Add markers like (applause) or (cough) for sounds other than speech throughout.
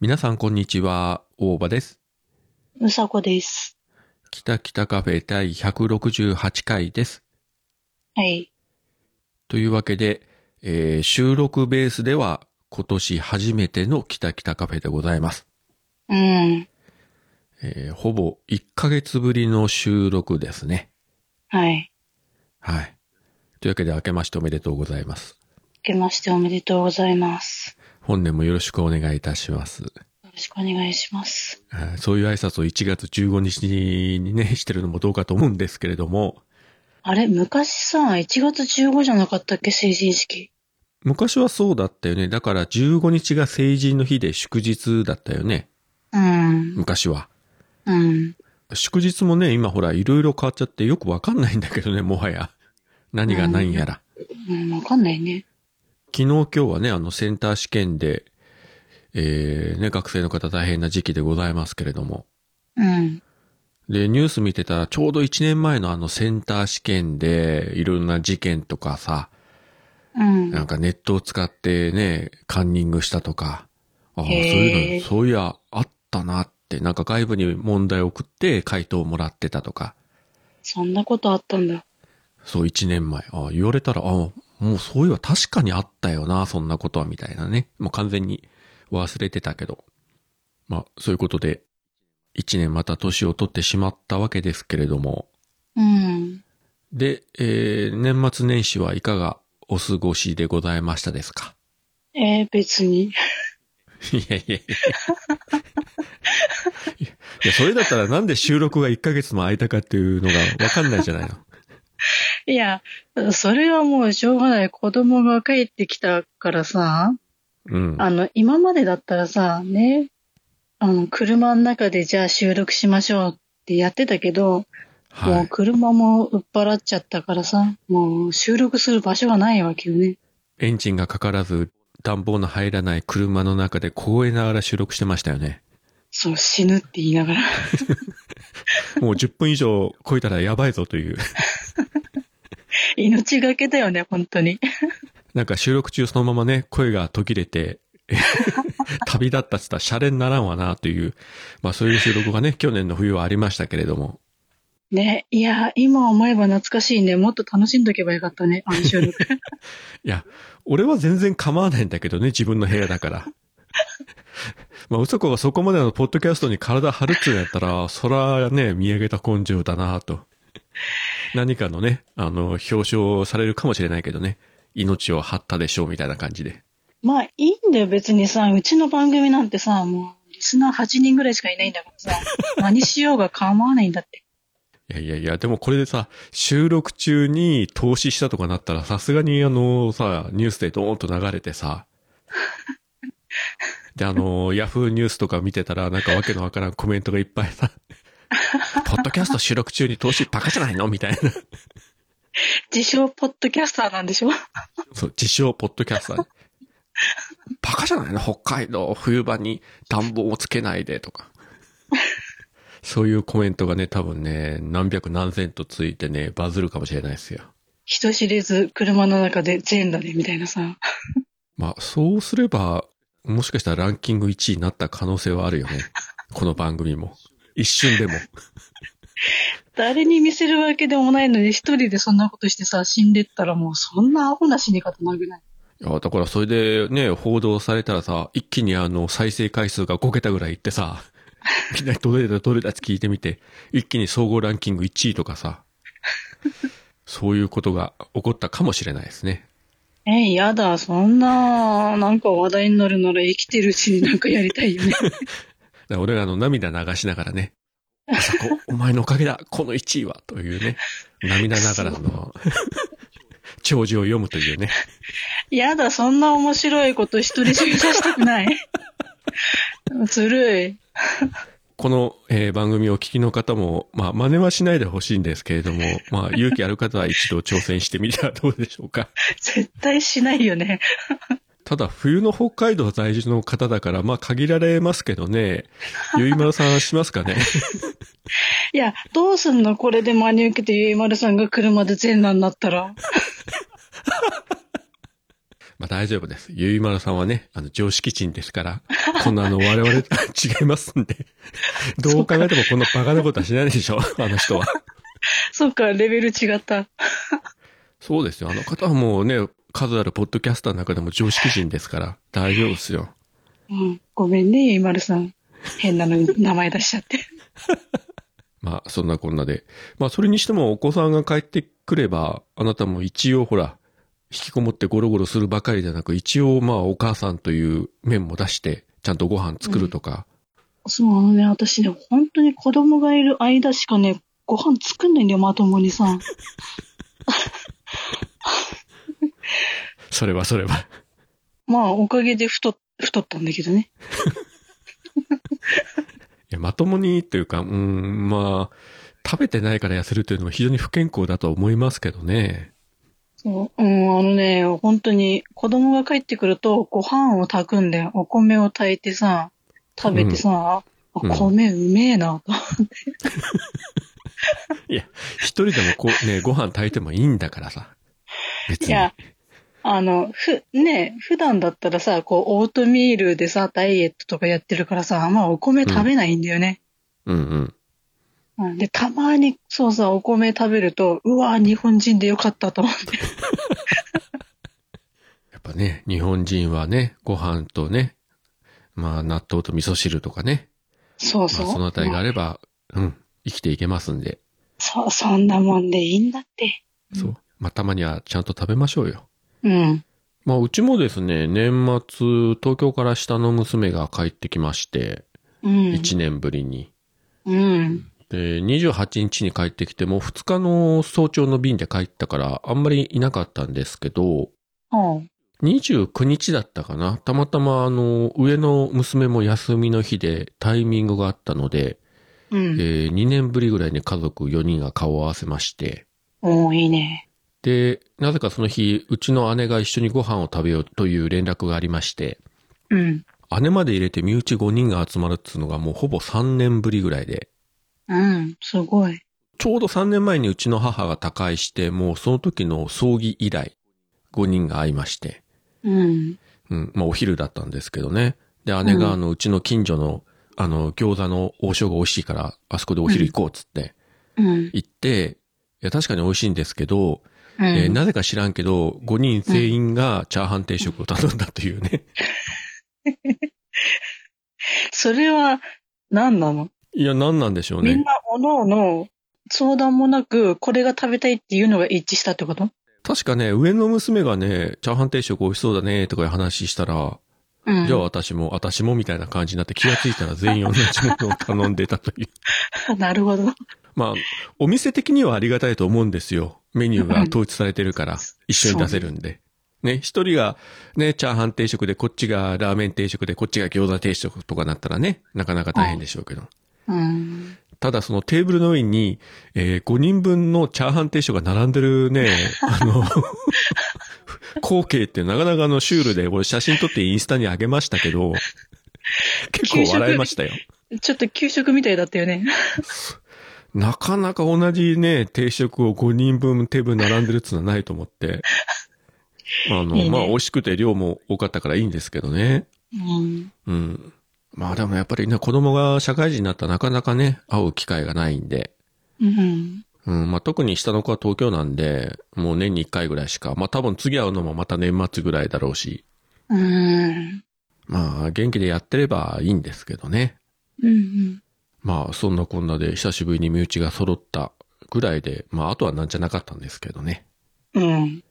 皆さんこんにちは、大場です。むさこです。北北カフェ第168回です。はい。というわけで、えー収録ベースでは今年初めての北北カフェでございます。うん。えーほぼ1ヶ月ぶりの収録ですね。はい。はい。というわけで明けましておめでとうございます。明けましておめでとうございます。本年もよろしくお願いいたします。よろしくお願いします。あーそういう挨拶を1月15日にね、してるのもどうかと思うんですけれども、あれ、昔さ、1月15じゃなかったっけ成人式。昔はそうだったよね。だから15日が成人の日で祝日だったよね。うん。昔は。うん。祝日もね、今ほら、いろいろ変わっちゃってよくわかんないんだけどね、もはや。何が何やら。うん、わかんないね。昨日今日はね、あの、センター試験で、えー、ね、学生の方大変な時期でございますけれども。うん。で、ニュース見てたら、ちょうど1年前のあの、センター試験で、いろんな事件とかさ、うん。なんかネットを使ってね、カンニングしたとか、ああ、そうへいえうの、そういや、あったなって、なんか外部に問題を送って回答をもらってたとか、そんなことあったんだ。そう一年前、ああ、言われたら、ああ、もうそういえば確かにあったよな、そんなことは、みたいなね。もう完全に忘れてたけど。まあ、そういうことで、一年また年を取ってしまったわけですけれども、うん。で、えー、年末年始はいかがお過ごしでございましたですかえー、別に。いやいやいや。いや、それだったらなんで収録が1ヶ月も空いたかっていうのがわかんないじゃないの。いや、それはもうしょうがない。子供が帰ってきたからさ。うん。あの、今までだったらさ、ね、あの、車の中でじゃあ収録しましょうってやってたけど、はもうい。車も売っ払っちゃったからさ、もう収録する場所がないわけよね。エンジンがかからず、暖房の入らない車の中で凍えながら収録してましたよね。そう、死ぬって言いながら。 (laughs) もう10分以上超えたらやばいぞという。 (laughs) 命がけだよね、本当に。なんか収録中そのままね、声が途切れて、 (laughs) 旅立ったっつったらシャレにならんわなという、まあそういう収録がね、去年の冬はありましたけれども。ね、いや、今思えば懐かしいね。もっと楽しんどけばよかったね、あの収録。 (laughs) いや、俺は全然構わないんだけどね、自分の部屋だから。 (laughs) まあ、うそこがそこまでのポッドキャストに体張るっつうんやったら、そらね、見上げた根性だなと。何かのね、あの、表彰されるかもしれないけどね、命を張ったでしょうみたいな感じで。まあ、いいんだよ、別にさ。うちの番組なんてさ、もう、リスナー8人ぐらいしかいないんだから (laughs) さ、何しようが構わないんだって。いやいやいや、でもこれでさ、収録中に投資したとかなったら、さすがにあのさ、ニュースでドーンと流れてさ、で、あの、ヤフーニュースとか見てたら、なんかわけのわからんコメントがいっぱいさ、ポッドキャスト収録中に投資バカじゃないのみたいな。自称ポッドキャスターなんでしょそう、自称ポッドキャスター。バカじゃないの北海道冬場に暖房をつけないでとか。そういうコメントがね、多分ね、何百何千とついてね、バズるかもしれないですよ。人知れず車の中で全裸でみたいなさ。まあ、そうすれば、もしかしたらランキング1位になった可能性はあるよね。 (laughs) この番組も。一瞬でも。誰に見せるわけでもないのに一人でそんなことしてさ、死んでったらもうそんなアホな死に方なくないいや、だからそれでね、報道されたらさ、一気にあの、再生回数が5桁ぐらいいってさ、 (laughs) みんなどれだどれだって聞いてみて、一気に総合ランキング1位とかさ、そういうことが起こったかもしれないですね。え、やだ、そんな、なんか話題になるなら生きてるうちになんかやりたいよ (laughs) ね。だから俺があの涙流しながらね、あさこ、お前のおかげだ、この1位は、というね、涙ながらの、長寿を読むというね。やだ、そんな面白いこと一人しかしたくない。 (laughs) ずるい。この、えー番組をお聞きの方も、まあ、真似はしないでほしいんですけれども、まあ、勇気ある方は一度挑戦してみてはどうでしょうか。絶対しないよね。ただ、冬の北海道在住の方だから、まあ、限られますけどね、ゆいまるさんしますかね。いや、どうすんのこれで真に受けてゆいまるさんが車で全裸になったら。まあ大丈夫です。ゆいまるさんはね、あの、常識人ですから、こんなあの、我々、違いますんで。どう考えてもこんなバカなことはしないでしょ、あの人は。そっか、レベル違った。そうですよ。あの方はもうね、数あるポッドキャスターの中でも常識人ですから、大丈夫ですよ。うん。ごめんね、ゆいまるさん。変なのに名前出しちゃって。まあ、そんなこんなで。まあ、それにしてもお子さんが帰ってくれば、あなたも一応ほら、引きこもってゴロゴロするばかりじゃなく、一応まあ、お母さんという面も出して、ちゃんとご飯作るとか、 (laughs) そうあのね、私ね、本当に子供がいる間しかね、ご飯作んないんだよ、まともにさ。それはそれは。 (laughs) まあ、おかげで太っ、太ったんだけどね。いや、まともにというか、うーん、まあ、食べてないから痩せるというのも非常に不健康だと思いますけどね。そう。うん、あのね、本当に子供が帰ってくると、ご飯を炊くんだよ。お米を炊いてさ、食べてさ、うんあ米うめえな。一人でもこ (laughs) う、ね、ご飯炊いてもいいんだからさ。別に。いや、あの、ふ、ね、普段だったらさ、こう、オートミールでさ、ダイエットとかやってるからさ、あんまお米食べないんだよね。うんうん。うん、で、たまに、そうさ、お米食べると、うわ日本人でよかった (laughs) と思って。やっぱね、日本人はね、ご飯とね、まあ納豆と味噌汁とかね、そうまそあう。そのあたりがあうんれば、うん、生きていけますんで、そう、そんなもんでいいんだって。そう。まあたまにはちゃんと食べましょうよ。うん。まあうちもですね、年末、東京から下の娘が帰ってきまして、うん。 1年ぶりに。うん。で、28日に帰ってきて、もう2日の早朝の便で帰ったから、あんまりいなかったんですけど、ほ29日だったかな。たまたま、あの、上の娘も休みの日でタイミングがあったので、う。うん。え2年ぶりぐらいに家族4人が顔を合わせまして、おーいいね。で、なぜかその日、うちの姉が一緒にご飯を食べようという連絡がありまして、うん。姉まで入れて身内5人が集まるっつうのがもうほぼ3年ぶりぐらいで、うん。すごい。ちょうど3年前にうちの母が他界して、もうその時の葬儀以来、5人が会いまして、うん。うん、まあお昼だったんですけどね。で、姉がうんあの、うちの近所の、あの、餃子の王将が美味しいから、あそこでお昼行こうっつって、うん。行って、いや、確かに美味しいんですけど、うん。えーなぜか知らんけど、5人全員がチャーハン定食を頼んだというね。それは、何なのいや、何なんでしょうみんね。な、おのおの、相談もなく、これが食べたいっていうのが一致したってこと確かね、上の娘がね、チャーハン定食美味しそうだね、とかいう話したら、うん。じゃあ私も、私もみたいな感じになって気がついたら全員同じものを頼んでたという。 (laughs) (laughs) なるほど。まあ、お店的にはありがたいと思うんですよ。メニューが統一されてるから、一緒に出せるんで。ね、一人がね、チャーハン定食で、こっちがラーメン定食で、こっちが餃子定食とかなったらね、なかなか大変でしょうけど。うん。ただそのテーブルの上に、え5人分のチャーハン定食が並んでる (laughs) ね、あの、光景ってなかなかあのシュールで、これ写真撮ってインスタに上げましたけど、結構笑いましたよ。ちょっと給食みたいだったよね。なかなか同じね、定食を5人分テーブル並んでるっつうのはないと思って。あの、いいねまあ、美味しくて量も多かったからいいんですけどね。うん。うん。まあでもやっぱりね、子供が社会人になったらなかなかね、会う機会がないんで。うん。うん、まあ特に下の子は東京なんで、もう年に1回ぐらいしか。まあ多分次会うのもまた年末ぐらいだろうし。うん。まあ元気でやってればいいんですけどね。うん。まあそんなこんなで久しぶりに身内が揃ったぐらいで、まああとはなんじゃなかったんですけどね。うん。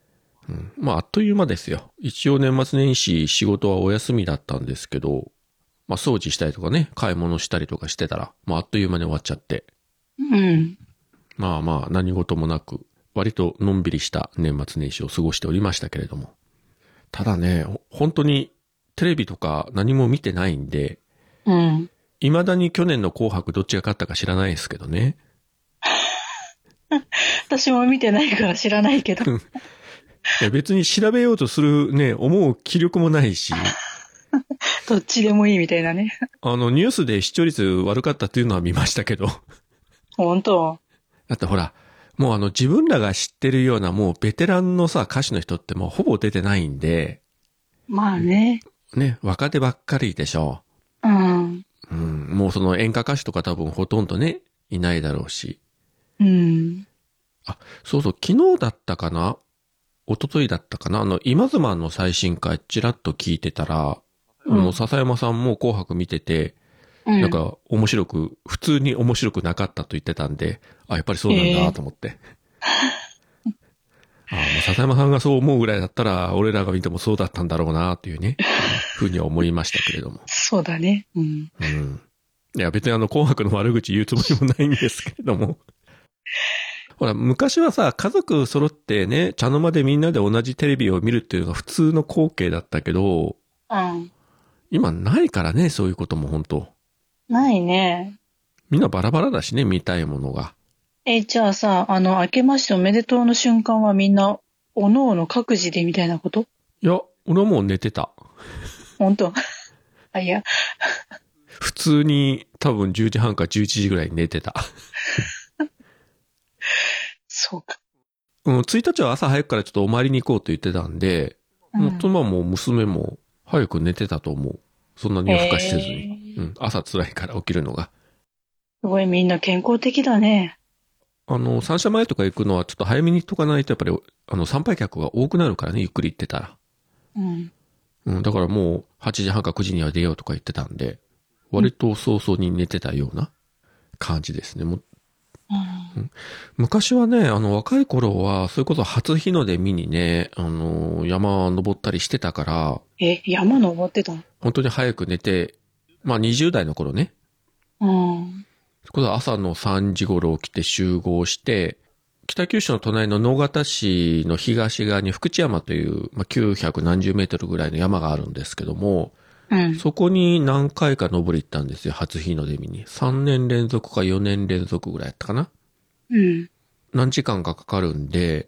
うんまあ、あっという間ですよ。一応年末年始仕事はお休みだったんですけど、まあ、掃除したりとかね、買い物したりとかしてたら、まあ、あっという間に終わっちゃって、うん。まあまあ、何事もなく、割とのんびりした年末年始を過ごしておりましたけれども。ただね、ほ本当にテレビとか何も見てないんで、うん。未だに去年の紅白どっちが勝ったか知らないですけどね。私も見てないから知らないけど。いや別に調べようとするね、思う気力もないし、どっちでもいいみたいなね。あの、ニュースで視聴率悪かったっていうのは見ましたけど。本当だってほら、もうあの自分らが知ってるようなもうベテランのさ、歌手の人ってもうほぼ出てないんで、まあね。ね、若手ばっかりでしょうん。う。うん、もうその演歌歌手とか多分ほとんどね、いないだろうし。うん。そうそう、昨日だったかな一昨日だったかなあの、今妻の最新回ちらっと聞いてたら、あの、笹山さんも紅白見てて、うん、なんか面白く、普通に面白くなかったと言ってたんで、あ、やっぱりそうなんだと思って。 (laughs) あ、もう笹山さんがそう思うぐらいだったら、俺らが見てもそうだったんだろうな、というね、ふうには思いましたけれども。そうだね。うん。うん。いや、別にあの、紅白の悪口言うつもりもないんですけれども。 (laughs) ほら、昔はさ、家族揃ってね、茶の間でみんなで同じテレビを見るっていうのが普通の光景だったけど、うん。今ないからね、そういうことも本当ないね。みんなバラバラだしね、見たいものが。え、じゃあさ、あの、明けましておめでとうの瞬間はみんな、おのおの各自でみたいなこといや、俺はもう寝てた。本当あ、いや、普通に多分10時半か11時ぐらいに寝てた。 (laughs) そうか。うん、1日は朝早くからちょっとお参りに行こうと言ってたんで、もう妻も娘も早く寝てたと思う。そんなに夜更かしせずに。にうん、朝辛いから起きるのが。すごいみんな健康的だね。あの、三社前とか行くのはちょっと早めに行っとかないとやっぱり、あの、参拝客が多くなるからね、ゆっくり行ってたら。うん。うん、だからもう、8時半か9時には出ようとか言ってたんで、割と早々に寝てたような感じですね。もううん昔はね、あの、若い頃は、それこそ初日の出見にね、あの、山登ったりしてたから、え、山登ってたの本当に早く寝て、まあ20代の頃ね、うん。それこそ朝の3時頃起きて集合して、北九州の隣の野方市の東側に福知山という、まあ、900何十メートルぐらいの山があるんですけども、うん。そこに何回か登り行ったんですよ、初日の出見に。3年連続か4年連続ぐらいだったかな。うん。何時間かかかるんで、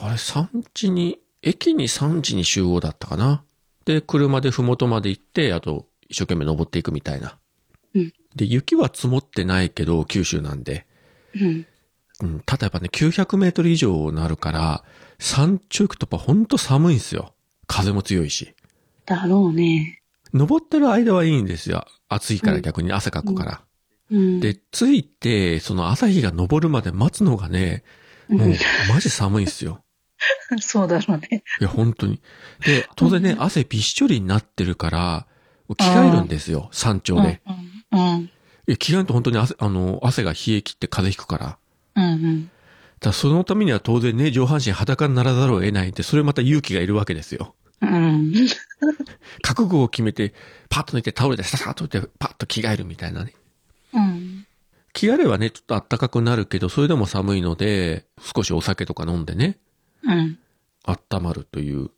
あれ、3時に、駅に3時に集合だったかな。で、車で麓まで行って、あと、一生懸命登っていくみたいな。うんで、雪は積もってないけど、九州なんで。うん。うん、ただやっぱね、900メートル以上なるから、山頂行くとやっぱほんと寒いんですよ。風も強いし。だろうね。登ってる間はいいんですよ。暑いから逆に汗かくから。うん。で、着いて、その朝日が昇るまで待つのがね、もうマジ寒いんですよ。うん、そうだろうね。いや、本当に。で、当然ね、汗びっしょりになってるから、着替えるんですよ、山頂で。うん。うん。え着替えると本当に汗、あの、汗が冷え切って風邪ひくから。だうん。うん。からそのためには当然ね、上半身裸にならざるを得ないんで、それまた勇気がいるわけですよ。うん。覚悟を決めて、パッと抜いて倒れて、ささっと置いて、パッと着替えるみたいなね。うん。着替えればね、ちょっと暖かくなるけど、それでも寒いので、少しお酒とか飲んでね、うん。温まるという。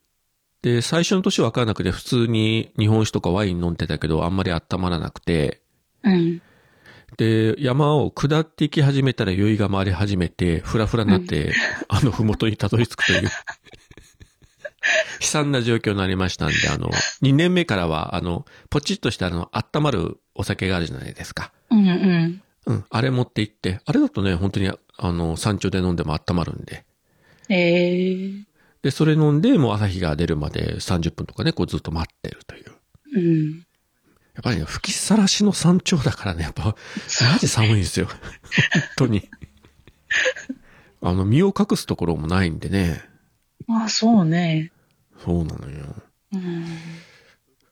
で、最初の年は分からなくて、普通に日本酒とかワイン飲んでたけど、あんまり温まらなくて、うん。で、山を下っていき始めたら酔いが回り始めて、ふらふらになって、あの、ふもとにたどり着くという、悲惨な状況になりましたんで、あの、2年目からは、あの、ポチッとしたあの、温まるお酒があるじゃないですか。うん。うん。うん、あれ持って行って、あれだとね、本当に、あの、山頂で飲んでも温まるんで。えー。で、それ飲んで、もう朝日が出るまで30分とかね、こうずっと待ってるという。うん。やっぱりね、吹きさらしの山頂だからね、やっぱ、マジ寒いんですよ。本当に。あの、身を隠すところもないんでね。まあ、そうね。そうなのよ。うん。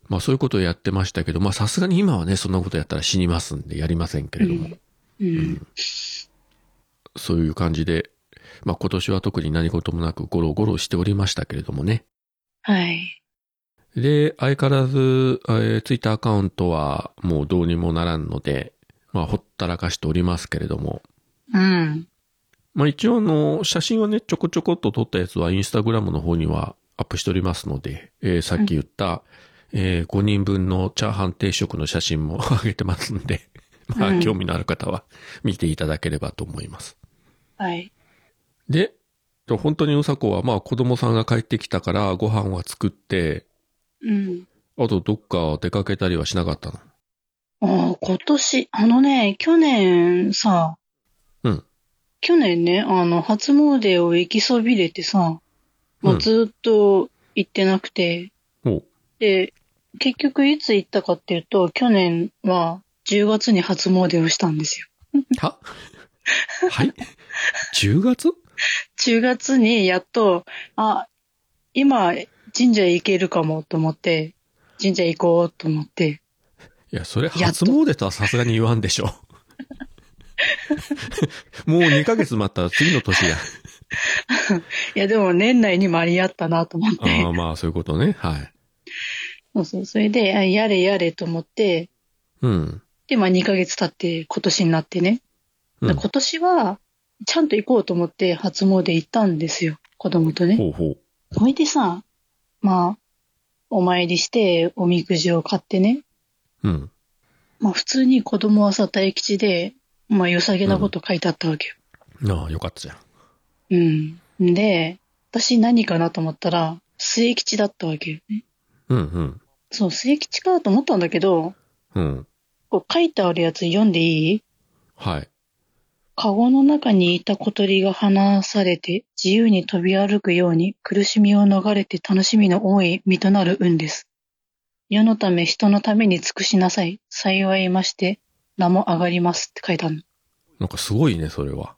まあそういうことをやってましたけど、まあさすがに今はね、そんなことやったら死にますんで、やりませんけれども。うん。そういう感じで、まあ今年は特に何事もなくゴロゴロしておりましたけれどもね。はい。で、相変わらず、えー、ツイッターアカウントはもうどうにもならんので、まあほったらかしておりますけれども。うん。まあ一応あの、写真はね、ちょこちょこっと撮ったやつはインスタグラムの方にはアップしておりますので、えーさっき言った、えー5人分のチャーハン定食の写真も (laughs) 上げてますんで、まうあん興味のある方は見ていただければと思います。はい。で、本当にうさこはまあ子供さんが帰ってきたからご飯は作って、うん。あとどっか出かけたりはしなかったの。ああ、今年、あのね、去年さ、うん。去年ね、あの、初詣を行きそびれてさ、もうずっと行ってなくて、で、結局いつ行ったかっていうと、去年は10月に初詣をしたんですよ。ははい ?10 月10月にやっと、あ、今神社行けるかもと思って、神社行こうと思って、いや、それやっ初と詣とはさすがに言わんでしょ。 (laughs) もう2ヶ月待ったら次の年や。いやでも年内に間に合ったなと思って、ああまあ、そういうことね。はい。そうそう、それで、あやれやれと思って、うん。で、まあ2ヶ月経って今年になってね。うだんから今年は、ちゃんと行こうと思って初詣行ったんですよ。子供とね。ほうほう。ほいでさ、まあ、お参りして、おみくじを買ってね。うん。まあ普通に子供はさ、大吉で、まあ良さげなこと書いてあったわけよ。ああ、よかったじゃん。うん。で、私何かなと思ったら、末吉だったわけよね。うんそう、末吉かと思ったんだけど、うん。うん。こう書いてあるやつ読んでいいはい。カゴの中にいた小鳥が放されて自由に飛び歩くように苦しみを逃れて楽しみの多い身となる運です。世のため人のために尽くしなさい。幸いまして名も上がりますって書いてあるの。なんかすごいね、それは。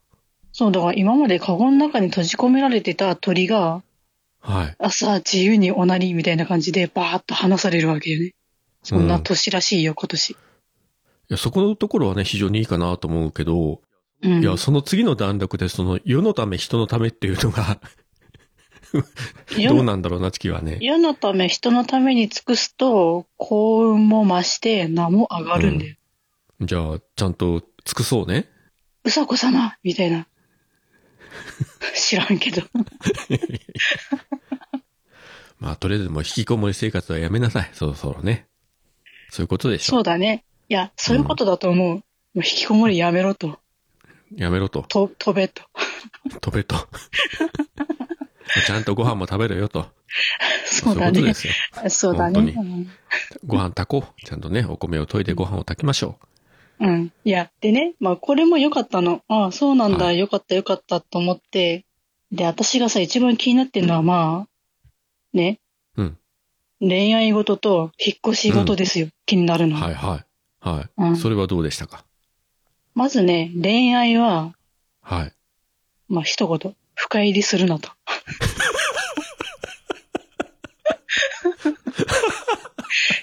そうだから今までカゴの中に閉じ込められてた鳥がはい。朝自由におなりみたいな感じでバーッと放されるわけよね。そんな年らしいよ今年。いや、そこのところはね、非常にいいかなと思うけど、うん。いや、その次の段落で、その、世のため、人のためっていうのが、 (laughs) 世どのうなんだろうな、月はね。世のため人のために尽くすと幸運も増して名も上がるんだよ。じゃあ、ちゃんと、尽くそうね。うさこ様みた (laughs) いな。知らんけど。まあ、とりあえずもう、引きこもり生活はやめなさい。 (laughs) そろそろね。そういうことでしそょ。うだね。いや、そういうことだと思う。もう引きこもりやめろと。やめろと。と、飛べ (laughs) と。飛べと。 (laughs) ちゃんとご飯も食べろよと。そそうういだうことでね。すよ。そうだね本。当ご飯炊こう。ちゃんとね、お米を研いでご飯を炊きましょうんうん。いや、でね、まあこれも良かったの。ああ、そうなんはだ。良かった良かったと思って。で、私がさ、一番気になってるのはまあ、ね。うん恋愛事と引っ越し事ですよ。気になるう。のは。はいはい。はい。うんそれはどうでしたかまずね、恋愛は、はい。まあ一言、深入りするなと。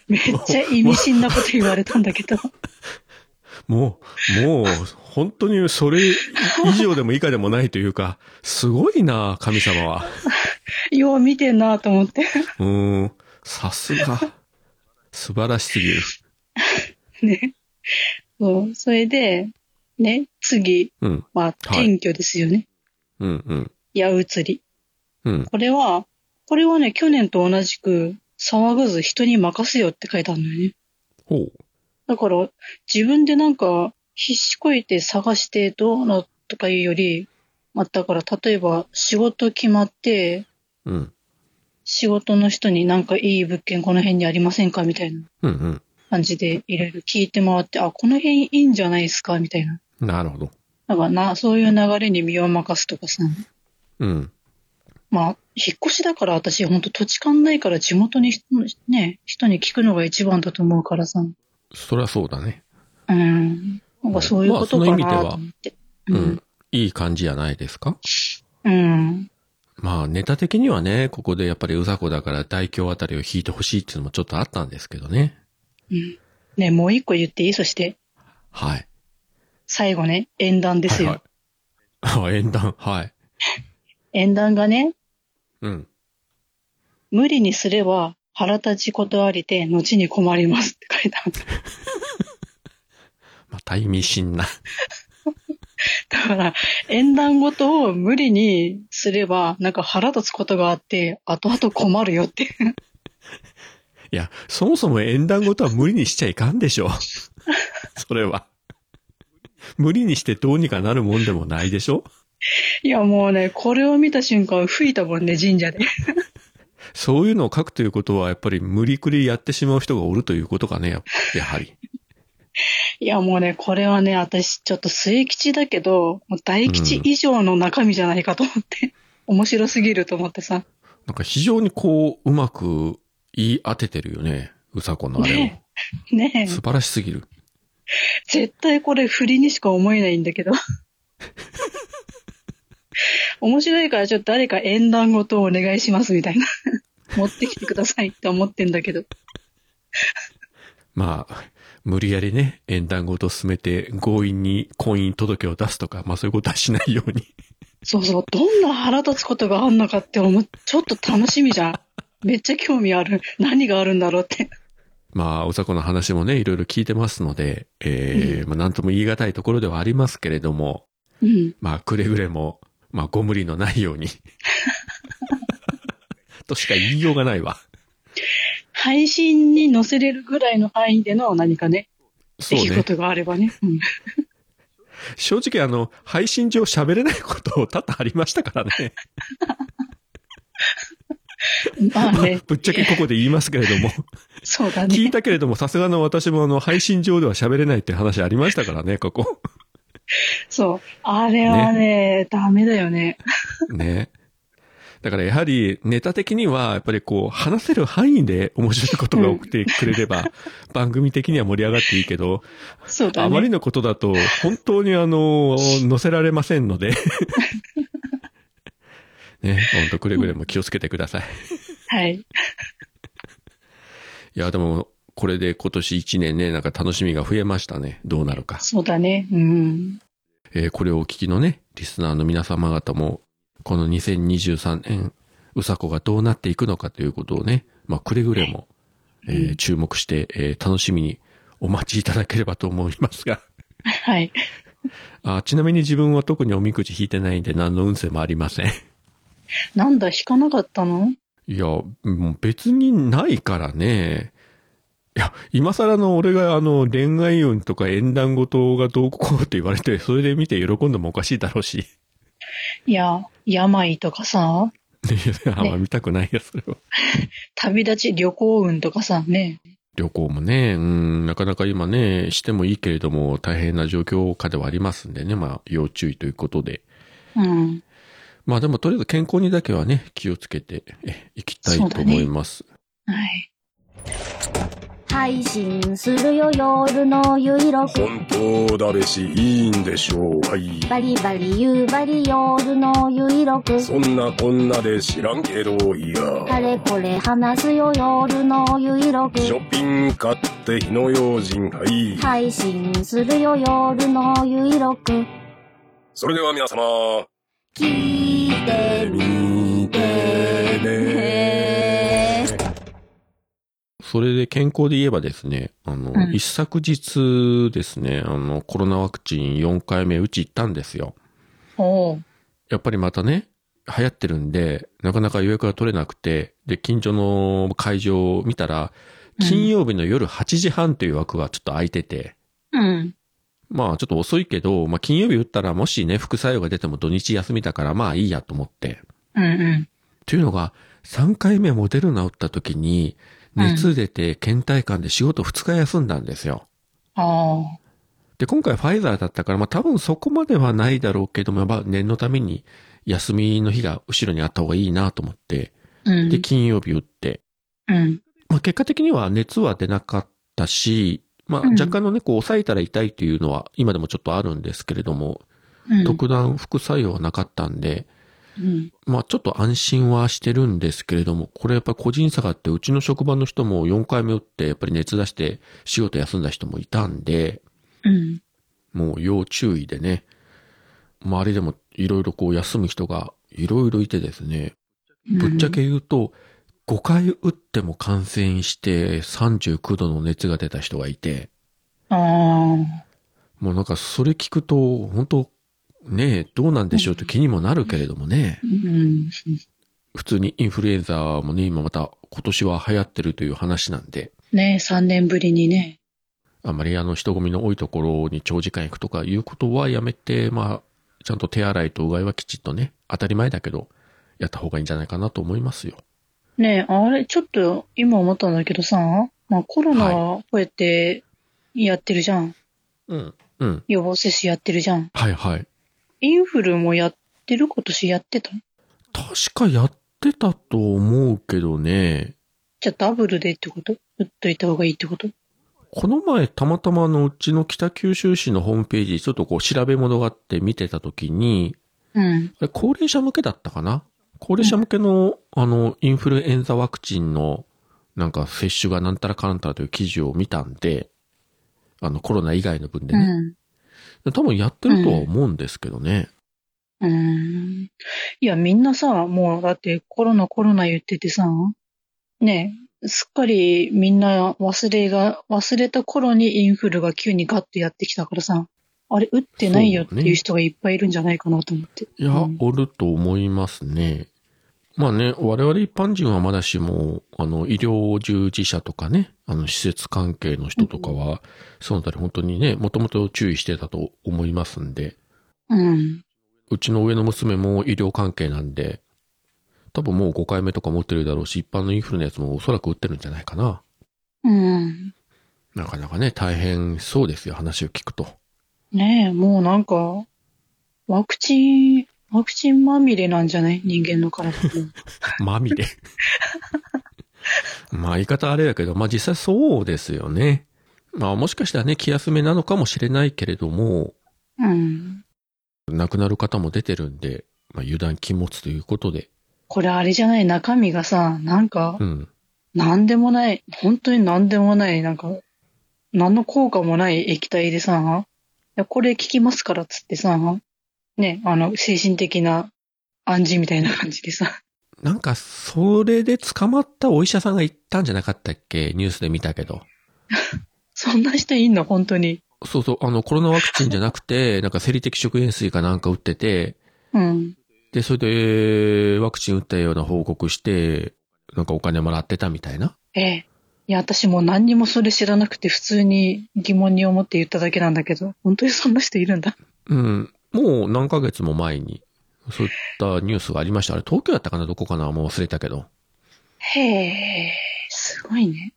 めっちゃ意味深なこと言われたんだけど、もう、もう、本当にそれ以上でも以下でもないというか、すごいな、神様は。よう見てんなと思って。うーん、さすが。素晴らしすぎる。ね。そう、それで、ね、次、うん、まあ、はい転居ですよね。うん、うん、八移り。うん。これは、これはね、去年と同じく、騒がず人に任せよって書いてあるのよね。ほう。だから、自分でなんか、必死こいて探してどうなとかいうより、まあ、だから、例えば、仕事決まって、うん、仕事の人になんかいい物件この辺にありませんかみたいなうん、感じでいろいろ聞いて回って、あ、この辺いいんじゃないですかみたいな。うん。なるほど。なんかな、そういう流れに身を任すとかさ。うん。まあ、引っ越しだから私、ほんと土地勘ないから地元に人の、ね、人に聞くのが一番だと思うからさ。そりゃそうだね。うん。なんかそういうことかなと思って。うん。いい感じじゃないですかうん。まあ、ネタ的にはね、ここでやっぱりうざこだから大京あたりを引いてほしいっていうのもちょっとあったんですけどね。うん。ね、もう一個言っていいそして、はい。最後ね、縁談ですよ。はいはい、あ、縁談、はい。縁談がね、うん。無理にすれば腹立ち断りて、後に困りますって書いてあった。また意味深な。だから、縁談ごとを無理にすれば、なんか腹立つことがあって、後々困るよって。いや、そもそも縁談ごとは無理にしちゃいかんで (laughs) しょ。それは。無理にしてどうにかなるもんでもないでしょいや、もうね、これを見た瞬間、吹いたもんね、神社で。そういうのを書くということは、やっぱり無理くりやってしまう人がおるということかね、ややはり。いや、もうね、これはね、私、ちょっと末吉だけど、もう大吉以上の中身じゃないかと思って、面白すぎると思ってさ。なんか非常にこう、うまく言い当ててるよね。うさこのあれねねを。え、素晴らしすぎる。絶対これ振りにしか思えないん (laughs) だけど。面白いからちょっと誰か縁談ごとお願いしますみた (laughs) いな。持ってきてくださいって思ってんだけど。まあ、無理やりね、縁談ごと進めて強引に婚姻届を出すとか、まあそういうことはしないように。 (laughs) そうそう、どんな腹立つことがあんのかって思う。ちょっと楽しみじゃん。めっちゃ興味ある。何があるんだろうって。まあ、うさこの話もね、いろいろ聞いてますので、えーまあなんとも言い難いところではありますけれども、うん。まあくれぐれも、まあご無理のない (laughs) ように。としか言いようがないわ。配信に載せれるぐらいの範囲での何かね、そ出う来ね。事があればね。うん正直あの、配信上喋れないこと多々ありましたからね。ま (laughs)。あねぶっちゃけここで言いますけれども。そうだ聞いね。たけれども、さすがの私もあの、配信上では喋れないっていう話ありましたからね、ここ。そう。あれはね、ダメだよね。ね。だからやはりネタ的には、やっぱりこう、話せる範囲で面白いことが起きてくれれば、番組的には盛り上がっていいけど、そうだあまりね。のことだと、本当にあの、載せられませんので。ね、ほんとくれぐれも気をつけてください。はい。いや、でも、これで今年一年ね、なんか楽しみが増えましたね。どうなるか。そうだね。うん。えーこれをお聞きのね、リスナーの皆様方も、この2023年、うさこがどうなっていくのかということをね、まあ、くれぐれも、えーうん注目して、えー楽しみにお待ちいただければと思いますが、 (laughs) はい。あちなみに自分は特におみくじ引いてないんで何の運勢もありません。 (laughs) なんだ、弾かなかったのいや、もう別にないからね。いや、今更の俺があの恋愛運とか縁談事がどうこうって言われて、それで見て喜んでもおかしいだろうし。 (laughs) いや、病とかさ、いや、あんま見たくないや、それは。旅立ち旅行運とかさ、ね。旅行もね、うん、なかなか今ね、してもいいけれども、大変な状況下ではありますんでね、まあ、要注意ということで。うん。まあでも、とりあえず健康にだけはね、気をつけてえいきたいと思います。はい。配信するよ夜のゆいろく本当だべしいいんでしょうかいバリバリ夕張夜のゆいろくそんなこんなで知らんけどいあやれこれ話すよ夜のゆいろくショッピング買って火の用心はい配信するよ夜のゆいろくそれでは皆様聞いてみてねそれで健康で言えばですね、あの、うん一昨日ですね、あの、コロナワクチン4回目打ち行ったんですよ。おう。やっぱりまたね、流行ってるんで、なかなか予約が取れなくて、で、近所の会場を見たら、金曜日の夜8時半という枠がちょっと空いてて、うん。まあちょっと遅いけど、まあ金曜日打ったらもしね、副作用が出ても土日休みだからまあいいやと思って。うんうん。というのが、3回目モデルナ打った時に、うん熱出て倦怠感で仕事2日休んだんですよ。あで、今回ファイザーだったから、まあ多分そこまではないだろうけども、やっぱ念のために休みの日が後ろにあった方がいいなと思って、あ。うん。で、金曜日打って、うん。まあ結果的には熱は出なかったし、まあうん若干のね、こう抑えたら痛いというのは今でもちょっとあるんですけれども、うん。特段副作用はなかったんで、うん。まあちょっと安心はしてるんですけれども、これやっぱり個人差があって、うちの職場の人も4回目打って、やっぱり熱出して仕事休んだ人もいたんで、うん。もう要注意でね、周りでもいろいろこう休む人がいろいろいてですね、ぶっちゃけ言うと、5回打っても感染して39度の熱が出た人がいて、ああ。もうなんかそれ聞くと、本当ねえ、どうなんでしょうって気にもなるけれどもね。うん。普通にインフルエンザもね、今また今年は流行ってるという話なんで、ね三3年ぶりにね。あんまりあの人混みの多いところに長時間行くとかいうことはやめて、まあ、ちゃんと手洗いとうがいはきちっとね、当たり前だけど、やった方がいいんじゃないかなと思いますよ。ねあれ、ちょっと今思ったんだけどさ、まあコロナはこうやってやってるじゃん。うん。うん。予防接種やってるじゃん。はいはい。インフルもやってる今年やってた確かやってたと思うけどね、じゃあダブルでってこと打っといた方がいいってことこの前、たまたまあのうちの北九州市のホームページ、ちょっとこう調べ物があって見てたときに、うん。あれ高齢者向けだったかな高齢者向けの、あの、インフルエンザワクチンの、なんか接種がなんたらかんたらという記事を見たんで、あの、コロナ以外の分でうね。ん。多分やってるとは思うんですけどね。うーんいや、みんなさ、もうだってコロナコロナ言っててさ、ねえ、すっかりみんな忘れが、忘れた頃にインフルが急にガッとやってきたからさ、あれ打ってないよっていう人がいっぱいいるんじゃないかなと思って。いや、うんおると思いますね。まあね、我々一般人はまだしも、あの、医療従事者とかね、あの、施設関係の人とかは、そのあたり本当にね、もともと注意してたと思いますんで、うん。うちの上の娘も医療関係なんで、多分もう5回目とか持ってるだろうし、一般のインフルのやつもおそらく打ってるんじゃないかな。うん。なかなかね、大変そうですよ、話を聞くと。ねえ、もうなんか、ワクチン、ワクチンまみれなんじゃない人間の体も。まみれ。まあ言い方あれだけど、まあ実際そうですよね。まあもしかしたらね、気休めなのかもしれないけれども、うん。亡くなる方も出てるんで、まあ油断禁物ということで。これあれじゃない中身がさ、なんか、うん。なんでもない、本当になんでもない、なんか、何の効果もない液体でさ、いやこれ効きますからっつってさ、ね、あの、精神的な暗示みたいな感じでさ、 (laughs) なんか、それで捕まったお医者さんが言ったんじゃなかったっけニュースで見たけど。そんな人いんの本当に。そうそう、あの、コロナワクチンじゃなくて、なんか生理的食塩水かなんか打ってて、うん。で、それで、ワクチン打ったような報告して、なんかお金もらってたみたいな。ええ。いや、私もう何にもそれ知らなくて普通に疑問に思って言っただけなんだけど、本当にそんな人いるんだ。うん。もう何ヶ月も前に、そういったニュースがありました。あれ、東京だったかなどこかなもう忘れたけど。へえ、すごいね。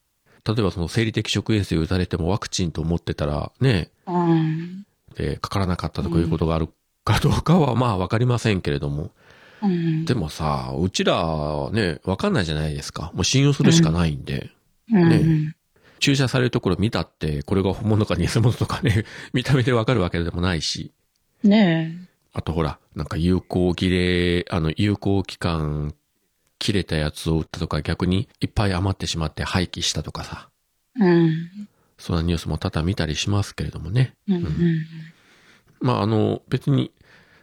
例えばその生理的食塩水打たれてもワクチンと思ってたら、ね、うん。でかからなかったとかいうことがあるかどうかは、まあわかりませんけれども。うん。でもさ、うちら、ね、わかんないじゃないですか。もう信用するしかないんで。うん。ね注射されるところ見たって、これが本物か偽物とかね、 (laughs) 見た目でわかるわけでもないし。ねえ。あとほら、なんか有効切れ、あの、有効期間切れたやつを打ったとか逆にいっぱい余ってしまって廃棄したとかさ、うん。そんなニュースも多々見たりしますけれどもね。うん。うん。まあ、あの、別に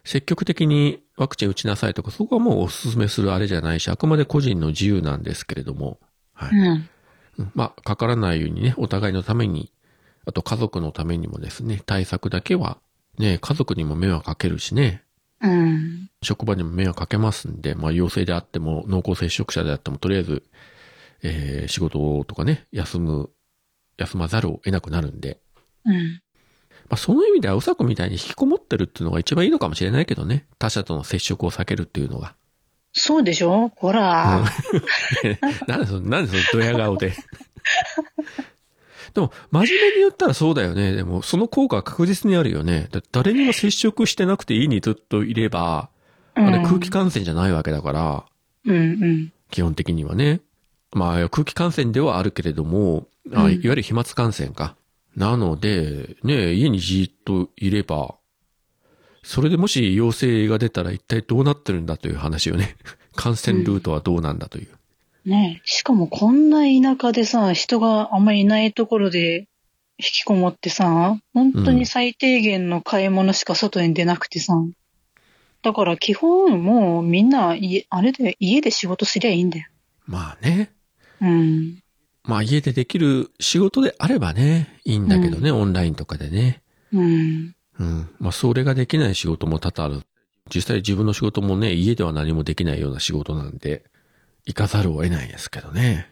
積極的にワクチン打ちなさいとか、そこはもうお勧めするあれじゃないし、あくまで個人の自由なんですけれども、はうい。ん。うんまあ、かからないようにね、お互いのために、あと家族のためにもですね、対策だけは、ね、家族にも迷惑かけるしね、うん。職場にも迷惑かけますんで、まあ、陽性であっても、濃厚接触者であっても、とりあえず、えー仕事とかね、休む、休まざるを得なくなるんで、うん。まあ、その意味では、うさこみたいに引きこもってるっていうのが一番いいのかもしれないけどね、他者との接触を避けるっていうのが。そうでしょほら、なんでその、なんでそのドヤ顔で。でも、真面目に言ったらそうだよね。でも、その効果は確実にあるよね。だって誰にも接触してなくて家にずっといれば、うんあれ空気感染じゃないわけだから、うんうん。基本的にはね。まあ、空気感染ではあるけれども、あうんいわゆる飛沫感染か。なので、ね、家にじーっといれば、それでもし陽性が出たら一体どうなってるんだという話をね、 (laughs) 感染ルートはどうなんだという。ねえしかもこんな田舎でさ、人があんまりいないところで引きこもってさ、本当に最低限の買い物しか外に出なくてさ。だから基本もうみんな家、あれで家で仕事すりゃいいんだよ。まあね。うん。まあ家でできる仕事であればね、いいんだけどね、オンラインとかでね。うん。うん。まあそれができない仕事も多々ある。実際自分の仕事もね、家では何もできないような仕事なんで、行かざるを得ないですけどね。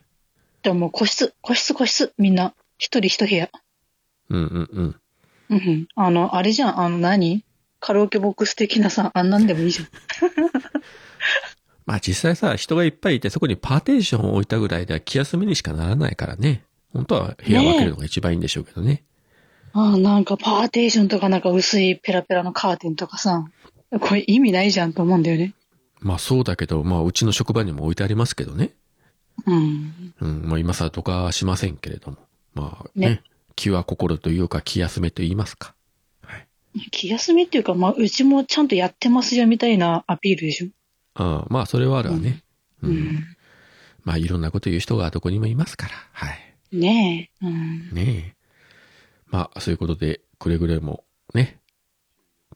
でももう個室、個室、個室、みんな。一人一部屋。うんうんうん。うんうん。あの、あれじゃん、あの何カラオケボックス的なさ、あんなんでもいいじゃん。まあ実際さ、人がいっぱいいて、そこにパーテーションを置いたぐらいでは気休めにしかならないからね。本当は部屋を分けるのが一番いいんでしょうけどね。 (laughs) ああ、なんかパーテーションとかなんか薄いペラペラのカーテンとかさ、これ意味ないじゃんと思うんだよね。まあそうだけど、まあうちの職場にも置いてありますけどね。うん。うん、まあ今更とかはしませんけれども。まあね、ね気は心というか気休めと言いますか。はい。気休めっていうか、まあ、うちもちゃんとやってますよみたいなアピールでしょ。ああまあそれはあるわね。うん。うん。まあいろんなこと言う人がどこにもいますから。はい。ねえ。うん。ねえ。まあそういうことで、くれぐれもね、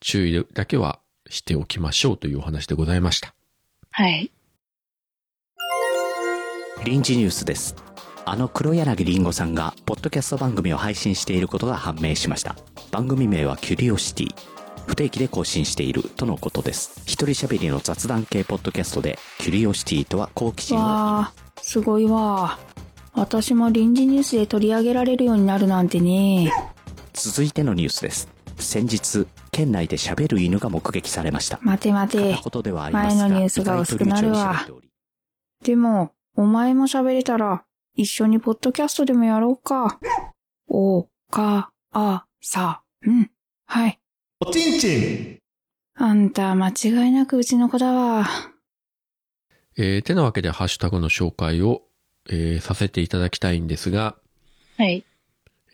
注意だけはしておきましょうというお話でございました。はい。臨時ニュースですあの黒柳りんごさんがポッドキャスト番組を配信していることが判明しました番組名はキュリオシティ不定期で更新しているとのことです一人喋りの雑談系ポッドキャストでキュリオシティとは好奇心をわあ、すごいわあ。私も臨時ニュースで取り上げられるようになるなんてね。続いてのニュースです先日県内で喋る犬が目撃されました待て待て。ことではありますが前のニュースが薄くなるわ意外と流暢に喋っておりでも、お前も喋れたら、一緒にポッドキャストでもやろうか。お、か、あ、さ、うん。はい。おちんちんあんた、間違いなくうちの子だわ。えー、てなわけでハッシュタグの紹介を、えーさせていただきたいんですが、はい。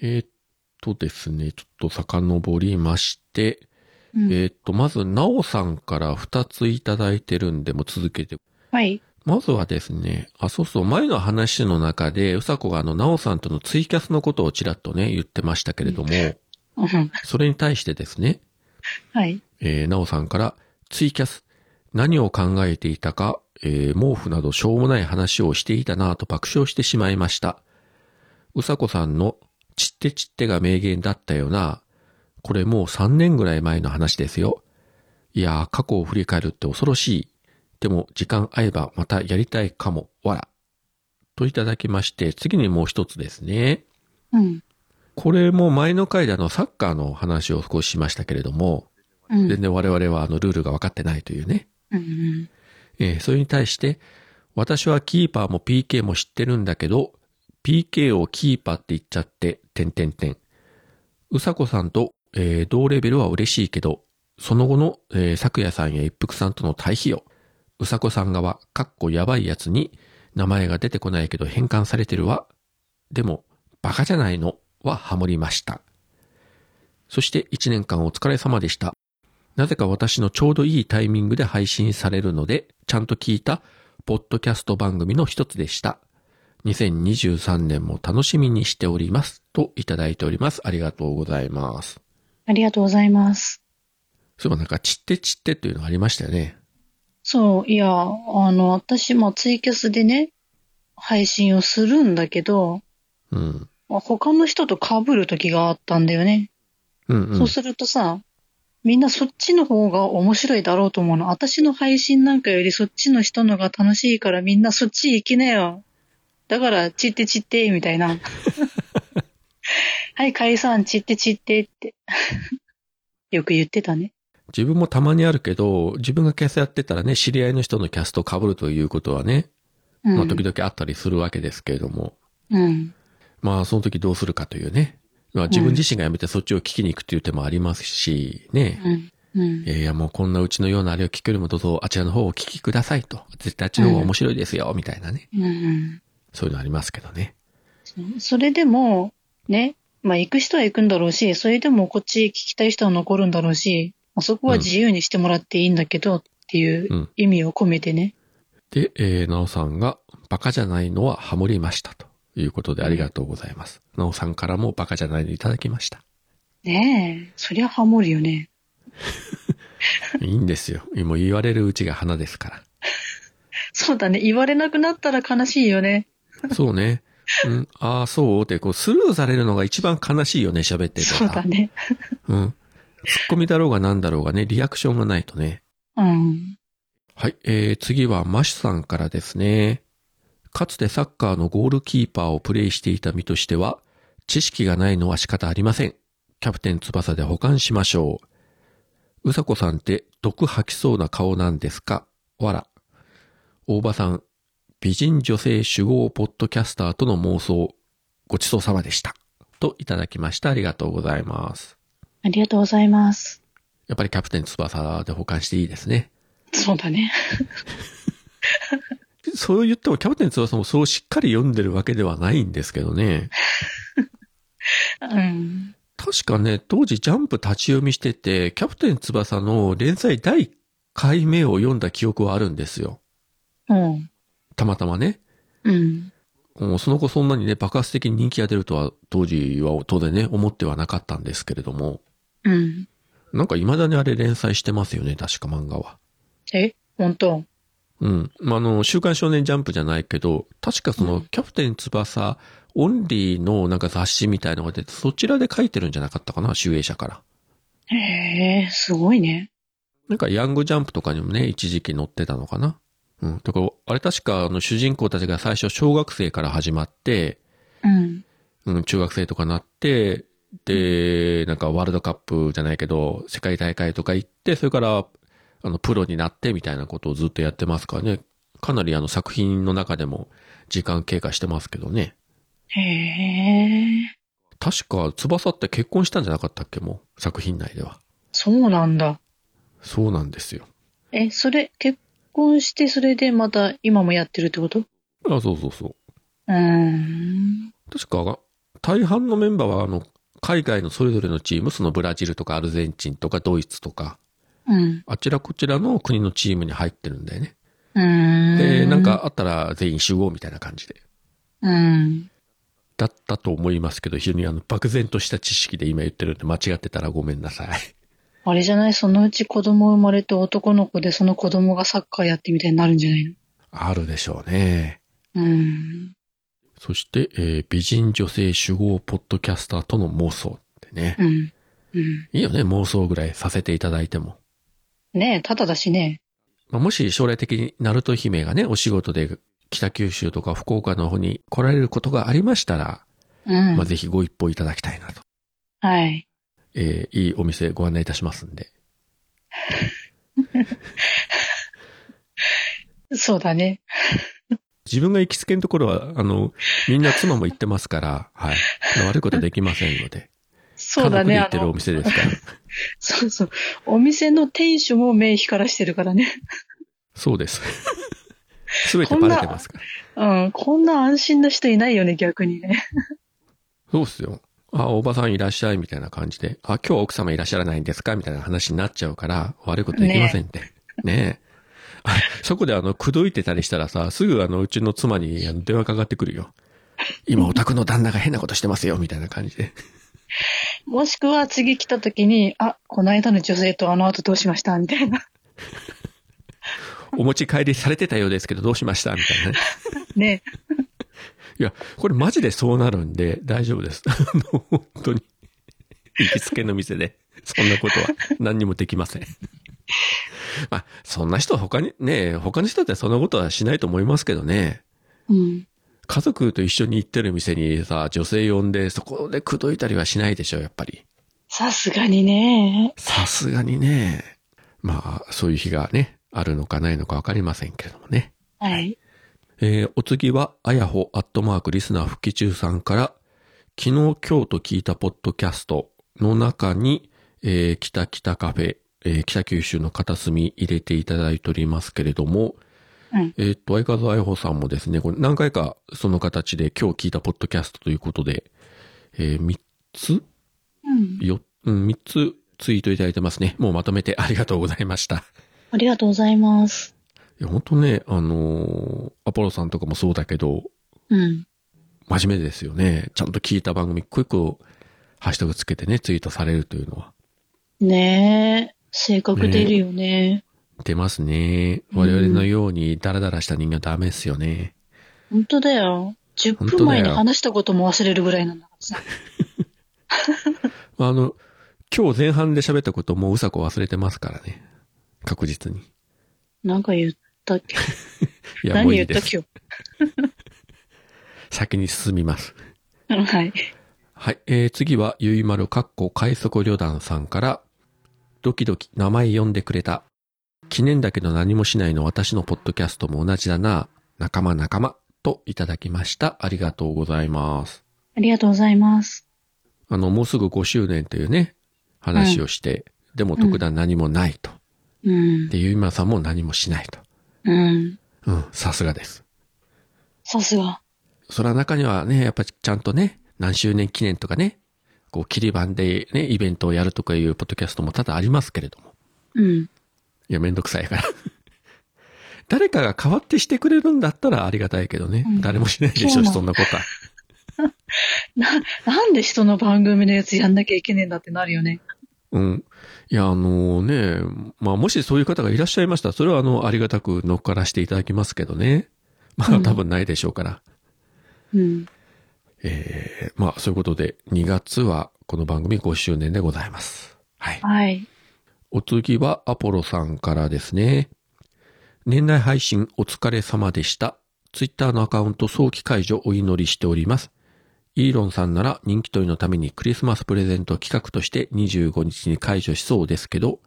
えーっとですね、ちょっと遡りまして、うんえーっと、まず、なおさんから2ついただいてるんで、もう続けて。はい。まずはですね、あ、そうそう、前の話の中で、うさこがあの、なおさんとのツイキャスのことをちらっとね、言ってましたけれども、うんそれに対してですね、はい。えーなおさんから、ツイキャス、何を考えていたか、えー毛布などしょうもない話をしていたなぁと爆笑してしまいました。うさこさんの、ちってちってが名言だったよなこれもう3年ぐらい前の話ですよ。いやー、過去を振り返るって恐ろしい。でも、時間合えばまたやりたいかも、わら。といただきまして、次にもう一つですね。うん。これも前の回であの、サッカーの話を少ししましたけれども、うん。全然我々はあのルールが分かってないというね。うん。えーそれに対して、私はキーパーも PK も知ってるんだけど、PK をキーパーって言っちゃって、てんてんてん。うさこさんと、えー同レベルは嬉しいけど、その後の、えー、昨夜さんや一服さんとの対比よ。うさこさん側、かっこやばいやつに、名前が出てこないけど変換されてるわ。でも、バカじゃないのはハモりました。そして1年間お疲れ様でした。なぜか私のちょうどいいタイミングで配信されるので、ちゃんと聞いた、ポッドキャスト番組の一つでした。2023年も楽しみにしております。といただいております。ありがとうございます。ありがとうございます。そういえばなんか、ちってちってというのありましたよね。そう、いや、あの、私、まあ、ツイキャスでね、配信をするんだけど、うん。まあ他の人と被る時があったんだよね。うん、うん。そうするとさ、みんなそっちの方が面白いだろうと思うの。私の配信なんかよりそっちの人のが楽しいからみんなそっち行きなよ。だから、散って散って、みた (laughs) いな。はい、解散、散って散ってって。 (laughs) よく言ってたね。自分もたまにあるけど、自分がキャスやってたらね、知り合いの人のキャストを被るということはね、うん。まあ、時々あったりするわけですけれども、うん。まあ、その時どうするかというね。まあ、自分自身がやめてそっちを聞きに行くという手もありますし、ね。うん。うんい。やいや、もうこんなうちのようなあれを聞くよりもどうぞあちらの方をお聞きくださいと。絶対あっちの方が面白いですよ、みたいなね。うん。そういうのありますけどね。それでも、ね、まあ行く人は行くんだろうし、それでもこっち聞きたい人は残るんだろうし、まあそこは自由にしてもらっていいんだけどっていううん意味を込めてね。で、えー、なおさんが、バカじゃないのはハモりましたということでありがとうございます。なおさんからもバカじゃないのいただきました。ねえ、そりゃハモるよね。いいんですよ。もう言われるうちが花ですかそうだね、言われなくなったら悲しいよね。ら。そうね。うん、ああ、そうって、こう、スルーされるのが一番悲しいよね、喋ってたそうら。だね。うん。ツッコミだろうがなんだろうがね、リアクションがないとね。うん。はい、えー、次はマシュさんからですね。かつてサッカーのゴールキーパーをプレイしていた身としては、知識がないのは仕方ありません。キャプテン翼で保管しましょう。うさこさんって毒吐きそうな顔なんですかわら。大場さん、美人女性主語ポッドキャスターとの妄想、ごちそうさまでした。といただきました。ありがとうございます。ありがとうございます。やっぱりキャプテン翼で保管していいですね。そうだね。そう言ってもキャプテン翼もそうしっかり読んでるわけではないんですけどね。うん。確かね、当時ジャンプ立ち読みしてて、キャプテン翼の連載第1回目を読んだ記憶はあるんですよ。うん。たまたまね。うん。うんその後そんなにね、爆発的に人気が出るとは、当時は当然ね、思ってはなかったんですけれども。うん。なんか未だにあれ連載してますよね、確か漫画は。え本当うん。まあ、あの、週刊少年ジャンプじゃないけど、確かその、キャプテン翼、オンリーのなんか雑誌みたいのが出て、そちらで書いてるんじゃなかったかな、集英社から。へえ、すごいね。なんか、ヤングジャンプとかにもね、一時期載ってたのかな。うん。だから、あれ確か、あの、主人公たちが最初、小学生から始まって、うん。うん、中学生とかなって、で、なんかワールドカップじゃないけど、世界大会とか行って、それから、あの、プロになってみたいなことをずっとやってますからね。かなりあの作品の中でも時間経過してますけどね。へえ、確か翼って結婚したんじゃなかったっけもう、作品内では。そうなんだ。そうなんですよ。え、それ、結婚して、それでまた今もやってるってことうあ、そうそうそう。ーん。確か、大半のメンバーはあの、海外のそれぞれのチーム、そのブラジルとかアルゼンチンとかドイツとか、うん。あちらこちらの国のチームに入ってるんだよね。うーん。で、なんか。あったら全員集合みたいな感じで。うん。だったと思いますけど、非常にあの、漠然とした知識で今言ってるんで、間違ってたらごめんなさい。あれじゃないそのうち子供生まれて男の子で、その子供がサッカーやってみたいになるんじゃないの (laughs) あるでしょうね。うーん。そして、えー美人女性主語ポッドキャスターとの妄想ってね。うん。うん。いいよね、妄想ぐらいさせていただいても。ねえ、ただだしね。まあもし将来的にナルト姫がね、お仕事で北九州とか福岡の方に来られることがありましたら、うん。まあぜひご一報いただきたいなと。はい。えーいいお店ご案内いたしますんで。そうだね。自分が行きつけのところは、あの、みんな妻も行ってますから、はい。悪いことはできませんので。 (laughs) そうだね。家族で行ってるお店ですから。あのそうそう。お店の店主も目光らしてるからね。そうです。 (laughs) すべてバレてますから。うん。こんな安心な人いないよね、逆にね。そうっすよ。あ、おばさんいらっしゃいみたいな感じで、あ、今日奥様いらっしゃらないんですかみたいな話になっちゃうから、悪いことできませんって。ねえ。あそこであの、口説いてたりしたらさ、すぐあの、うちの妻にあの電話かかってくるよ。今お宅の旦那が変なことしてますよ、みたいな感じで。もしくは次来た時に、あ、この間の女性とあの後どうしましたみたい (laughs) な。お持ち帰りされてたようですけど、どうしましたみたいなね。ね。いや、これマジでそうなるんで大丈夫です。 (laughs) あの、本当に。行きつけの店で、そんなことは何にもできません。まあ、そんな人は他に、ねえ他の人だってそんなことはしないと思いますけどね。うん。家族と一緒に行ってる店にさ、女性呼んで、そこで口説いたりはしないでしょ、やっぱり。さすがにね。さすがにね。まあ、そういう日がね、あるのかないのかわかりませんけれどもね。はい。えーお次は、あやほアットマークリスナー復帰中さんから、昨日今日と聞いたポッドキャストの中に、えー北北カフェ、えー北九州の片隅入れていただいておりますけれども、うんえーっと、相方あやほさんもですね、これ何回かその形で今日聞いたポッドキャストということで、え3つうん。よ、うん、3つツイートいただいてますね。もうまとめてありがとうございました。ありがとうございます。いや、本当ね、あのーアポロさんとかもそうだけど、うん。真面目ですよね。ちゃんと聞いた番組一個一個、ハッシュタグつけてね、ツイートされるというのは。ねえ。性格出るよね。出ますね。うん我々のようにダラダラした人間はダメですよね。本当だよ。10本当分だ前よに話したことも忘れるぐらいなんだからさ。まああの、今日前半で喋ったこともううさこ忘れてますからね。確実に。なんか言ったっけいや、も何うい言いっでたっす。け先に進みます。うん (laughs) はい。はい。えー、次は、ゆいまるかっこ快速旅団さんから、ドキドキ名前呼んでくれた。記念だけど何もしないの私のポッドキャストも同じだな。仲間仲間。といただきました。ありがとうございます。ありがとうございます。あの、もうすぐ5周年というね、話をして、でも特段何もないと。うん。で、ゆいまさんも何もしないと。うん。うん、さすがです。さすが。そら中にはね、やっぱちゃんとね、何周年記念とかね、こう、切り板でね、イベントをやるとかいうポッドキャストも多々ありますけれども。うん。いや、めんどくさいから。 (laughs) 誰かが代わってしてくれるんだったらありがたいけどね。うん誰もしないでしそょ、うなのそんなことは。な、なんで人の番組のやつやんなきゃいけねえんだってなるよね。うん。いや、あのね、まあ、もしそういう方がいらっしゃいましたら、それはあの、ありがたく乗っからしていただきますけどね。まうあ、ん多分ないでしょうから。うん。えーまあ、そういうことで、2月はこの番組5周年でございます。はい。はい。お次はアポロさんからですね。年内配信お疲れ様でした。ツイッターのアカウント早期解除お祈りしております。イーロンさんなら人気取りのためにクリスマスプレゼント企画として25日に解除しそうですけど、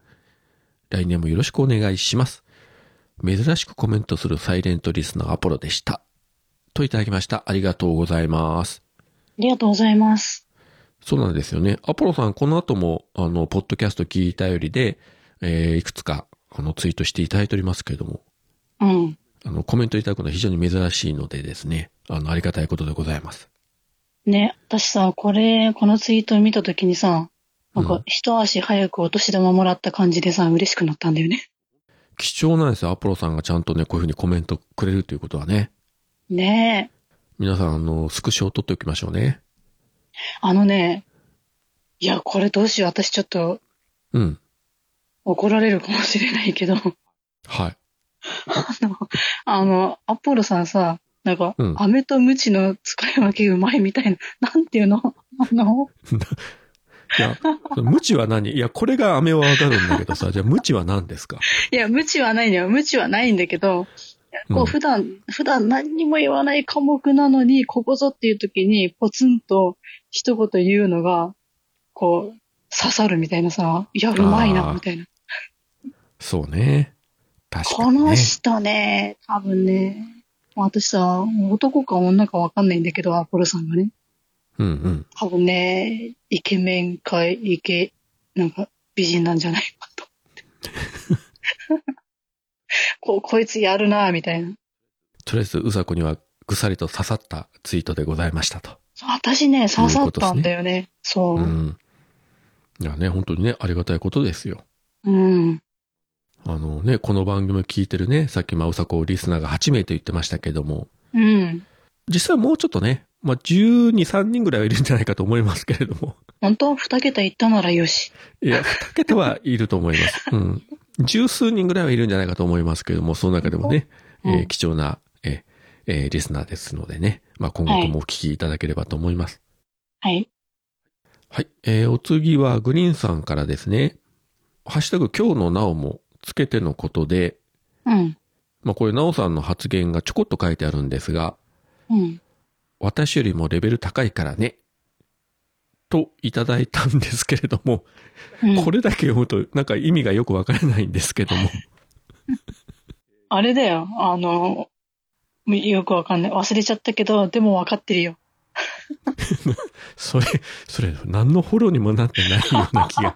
来年もよろしくお願いします。珍しくコメントするサイレントリスナーアポロでした。といただきました。ありがとうございます。ありがとうございます。そうなんですよね。アポロさん、この後も、あの、ポッドキャスト聞いたよりで、えーいくつか、あの、ツイートしていただいておりますけれども、うん。あの、コメントいただくのは非常に珍しいのでですね、あの、ありがたいことでございます。ね、私さ、これ、このツイートを見たときにさ、なんうかん一足早くお年玉もらった感じでさ、嬉しくなったんだよね。 (laughs) 貴重なんですよ。アポロさんがちゃんとね、こういうふうにコメントくれるということはね。ねえ。皆さん、あの、スクショを取っておきましょうね。あのね、いや、これどうしよう。私ちょっとうん。怒られるかもしれないけど、 (laughs) はい。あの、あの、アポロさんさ、なんか、うん飴とムチの使い分けうまいみたいな、なんていうのあの、いや、 (laughs) その無知は何いや、これが飴はわかるんだけどさ、じゃあ無知は何ですかいや、無知はないんだよ。無知はないんだけど、こううん普段、普段何にも言わない科目なのに、ここぞっていう時にポツンと一言言うのが、こう、刺さるみたいなさ、いや、うまいあな、ーみたいな。そうね。確かこに、ね。の人ね、多分ね、私さ、男か女かわかんないんだけど、アポロさんがね。うんうん。多分ね、イケメンかイケ、なんか美人なんじゃないか (laughs) と。ここいつやるなぁみたいな。とりあえず、うさこにはぐさりと刺さったツイートでございましたと。私ね、刺さったんだよね。そうう。ん。いやね、本当にね、ありがたいことですよ。うん。あのね、この番組を聞いてるね、さっき、まあ、うさこリスナーが8名と言ってましたけども、うん。実はもうちょっとね、まあ、12、3人ぐらいはいるんじゃないかと思いますけれども。本当二桁いったならよし。いや、2桁はいると思います。うん。十数人ぐらいはいるんじゃないかと思いますけれども、その中でもね、えーうん貴重な、えーえーリスナーですのでね、まあ、今後ともお聞きいただければと思います。はい。はい。えー、お次はグリーンさんからですね。ハッシュタグ今日のなおもつけてのことで、うん。まあこれなおさんの発言がちょこっと書いてあるんですが、うん。私よりもレベル高いからね。といただいたんですけれども、うん、これだけ読むとなんか意味がよくわからないんですけ (laughs) ども。あれだよ。あの、よくわかんない。忘れちゃったけど、でもわかってるよ。それ、それ何のフォローにもなってないような気 (laughs) が。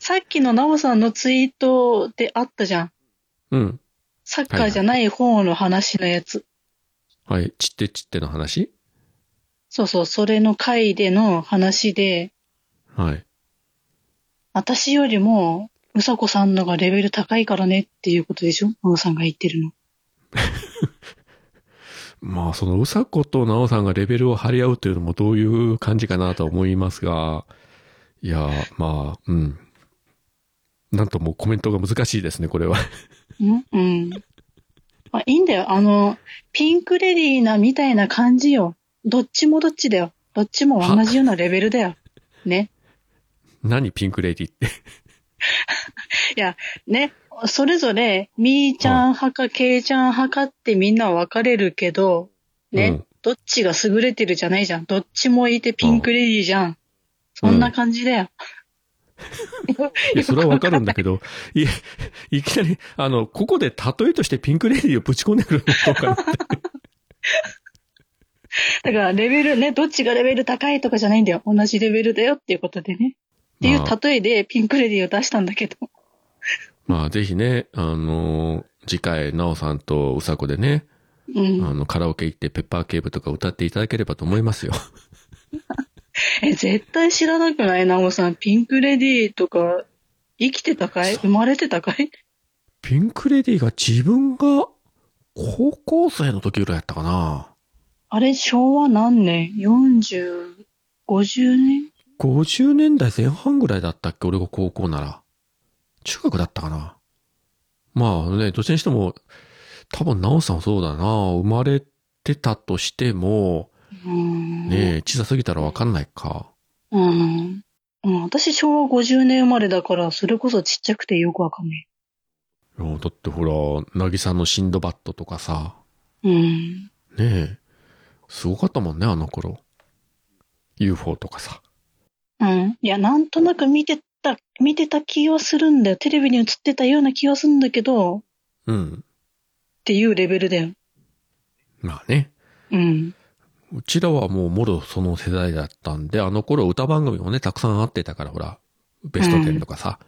さっきのナオさんのツイートであったじゃん。うん。サッカーじゃない方の話のやつ。はい。ちってちっての話そうそう、それの回での話で、はい。私よりも、うさこさんのがレベル高いからねっていうことでしょまおさんが言ってるの。まあ、そのうさことなおさんがレベルを張り合うというのもどういう感じかなとは思いますが、いや、まあ、うん。なんともうコメントが難しいですね、これは。 (laughs) んうん。まあ、いいんだよ。あの、ピンクレディーなみたいな感じよ。どっちもどっちだよ。どっちも同じようなレベルだよ。ね。何ピンクレディって。ね。それぞれ、みーちゃん派か、けいちゃん派かってみんな分かれるけど、ね。うんどっちが優れてるじゃないじゃん。どっちもいてピンクレディーじゃん。そんな感じだよ。いや、それはわかるんだけど、い、いきなり、あの、ここで例えとしてピンクレディをぶち込んでくるのとか (laughs) って。だから、レベルね、どっちがレベル高いとかじゃないんだよ。同じレベルだよっていうことでね。っていうまあ例えでピンクレディを出したんだけど。まあ、ぜひね、あのー次回、なおさんとうさこでね、うあん。の、カラオケ行ってペッパー警部とか歌っていただければと思いますよ。 (laughs) え、絶対知らなくないナオさん。ピンクレディーとか、生きてたかい生まれてたかいピンクレディが自分が高校生の時ぐらいやったかな。あれ、昭和何年 ?40、50年50年代前半ぐらいだったっけ俺が高校なら。中学だったかな。まあね、どっちにしても、多分なおさんはそうだな。生まれてたとしても、うん。ねえ、小さすぎたらわかんないか。うん。うん、私昭和50年生まれだから、それこそちっちゃくてよくわかんない。いやだってほら、なぎさのシンドバッドとかさ、うん。ねえ、すごかったもんね、あの頃。UFO とかさ。うん。いや、なんとなく見てた、見てた気はするんだよ。テレビに映ってたような気はするんだけど、っうん。ていうレベルだよ。まあね。うん。うちらはもうもろその世代だったんで、あの頃歌番組もね、たくさんあってたから、ほら、ベスト10とかさ、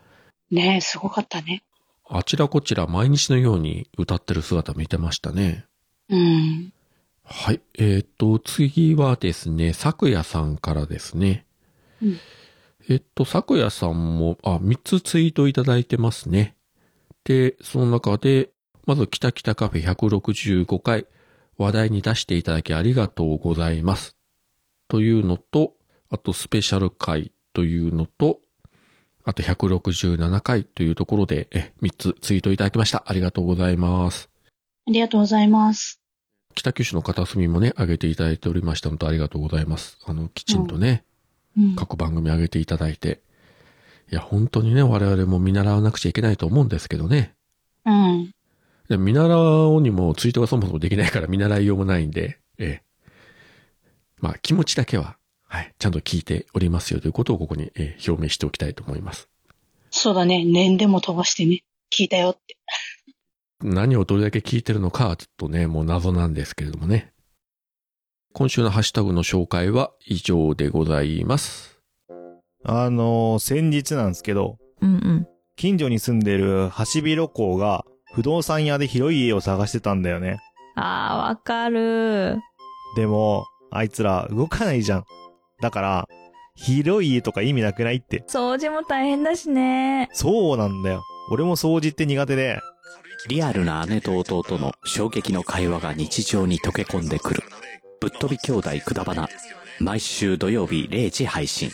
ねえ、すごかったね。あちらこちら毎日のように歌ってる姿見てましたね。うん。はい。えっ、と、次はですね、昨夜さんからですね。うんえっ、と、昨夜さんも、あ、3つツイートいただいてますね。で、その中で、まず、北北カフェ165回、話題に出していただきありがとうございます。というのと、あと、スペシャル回というのと、あと167回というところで、え、3つツイートいただきました。ありがとうございます。ありがとうございます。北九州の片隅もね、上げていただいておりましたのとありがとうございます。あの、きちんとね、うん。各番組上げていただいて。いや、本当にね、我々も見習わなくちゃいけないと思うんですけどね。うん。で見習おうにもツイートがそもそもできないから見習いようもないんで、ええ。まあ、気持ちだけは、はい、ちゃんと聞いておりますよということをここに、ええ表明しておきたいと思います。そうだね。念でも飛ばしてね。聞いたよって。何をどれだけ聞いてるのかはちょっとね、もう謎なんですけれどもね。今週のハッシュタグの紹介は以上でございます。あのー先日なんですけど、うんうん。近所に住んでるハシビロコウが不動産屋で広い家を探してたんだよね。ああ、わかる。でも、あいつら動かないじゃん。だから、広い家とか意味なくないって。掃除も大変だし (laughs) ね。そうなんだよ。俺も掃除って苦手で、リアルな姉と弟の衝撃の会話が日常に溶け込んでくる。ぶっ飛び兄弟くだばな。毎週土曜日0時配信。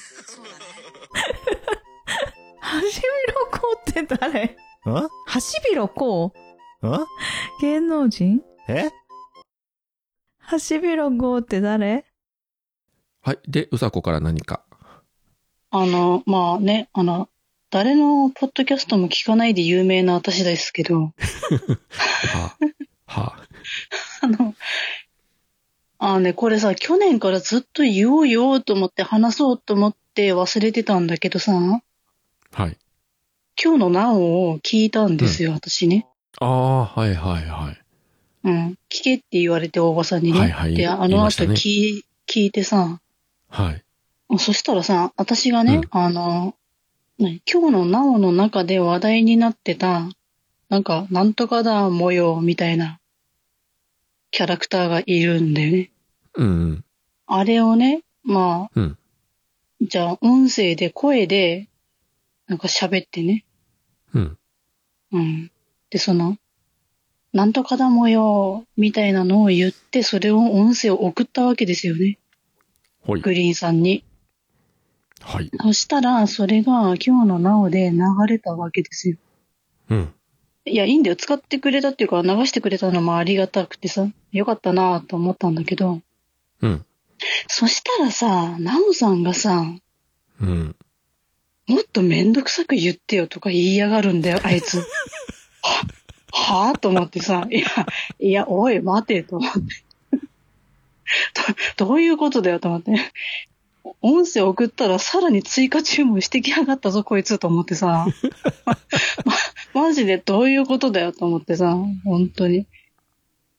はしびろこうって誰んんはしびろこう芸能人えはしびろこうって誰はい。で、うさこから何か。あの、まあね、あの、誰のポッドキャストも聞かないで有名な私ですけど、 (laughs) はあ、はあ、あの、あのね、これさ、去年からずっと言おう言おうと思って話そうと思って忘れてたんだけどさ、今はい。日のなおを聞いたんですよ、私ね。ああ、はいはいはい。うん。聞けって言われて、大場さんにね。はいはいで、あ言いのました後ね聞,、聞いてさ、はい。そしたらさ、私がうね、んあの、何今日のなおの中で話題になってた、なんか、なんとかだ模様みたいなキャラクターがいるんだよね。うんうん。あれをね、まあ、うんじゃあ音声で声で、なんか喋ってね。うん。うん。で、その、なんとかだ模様みたいなのを言って、それを音声を送ったわけですよね。ほい。グリーンさんに。はい。そしたら、それが今日のなおで流れたわけですよ。うん。いや、いいんだよ。使ってくれたっていうか、流してくれたのもありがたくてさ、よかったなぁと思ったんだけど、うん。そしたらさ、なおさんがさ、うん。もっとめんどくさく言ってよとか言いやがるんだよ、あいつ。は、はぁと思ってさ、いや、いや、おい、待て、と思って。どどういうことだよ、と思って。音声送ったらさらに追加注文してきやがったぞ、こいつ、と思ってさ。ま、マジでどういうことだよ、と思ってさ、本当に。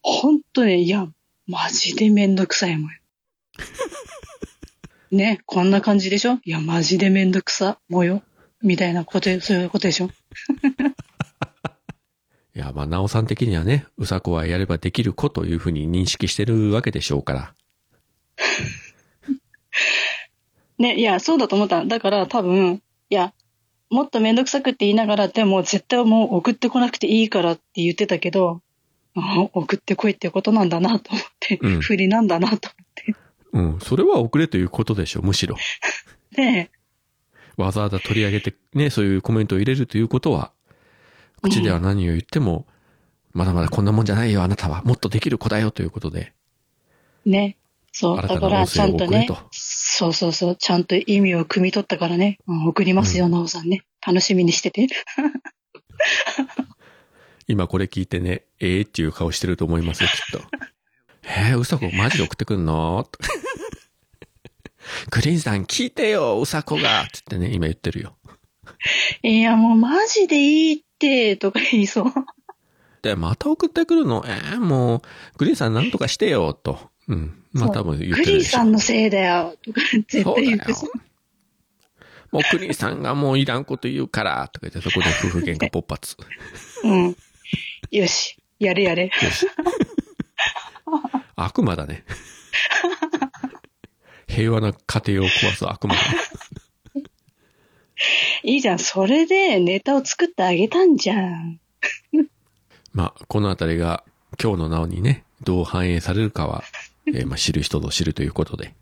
本当に、いや、マジでめんどくさいもん。ね、こんな感じでしょいや、マジでめんどくさ、もよ。みたいなこと、そういうことでしょえいや、まあ、なおさん的にはね、うさこはやればできる子というふうに認識してるわけでしょうから。ね、いや、そうだと思った。だから多分、いや、もっとめんどくさくって言いながら、でも絶対もう送ってこなくていいからって言ってたけど、あ送ってこいってことなんだなと思って、うん不利なんだなと思って。うん、それは遅れということでしょう、むしろ。で、わざわざ取り上げて、ね、そういうコメントを入れるということは、口では何を言っても、まだまだこんなもんじゃないよ、あなたは。もっとできる子だよ、ということで。ね、そう、新だたかなら音ち声ゃをん送とれねと、。そうそうそう、ちゃんと意味を汲み取ったからね、うん送りますよ、うんなおさんね。楽しみにしてて。今これ聞いてね、ええっていう顔してると思いますよ、 (laughs) きっと。えー、うさこマジで送ってくんのとグリーンさん聞いてよ、うさこがつってね、今言ってるよ。いや、もうマジでいいって、とか言いそう。で、また送ってくるのえー、もう、グリーンさんなんとかしてよ、と。うん。まあそう多分言っグてるリーでンしさょん。のせいだよ、とか絶そう対だ言よってそう。。もうグリーンさんがもういらんこと言うから、とか言ってそこで夫婦喧嘩勃 (laughs) 発。うん。よし、やれやれ。よし。悪魔だ (laughs) ね。平和な家庭を壊す悪魔だね。いいじゃん、それでネタを作ってあげたんじゃん。まあ、このあたりが今日のなおにね、どう反映されるか (laughs) は、えーまあ、知る人ぞ知るということで。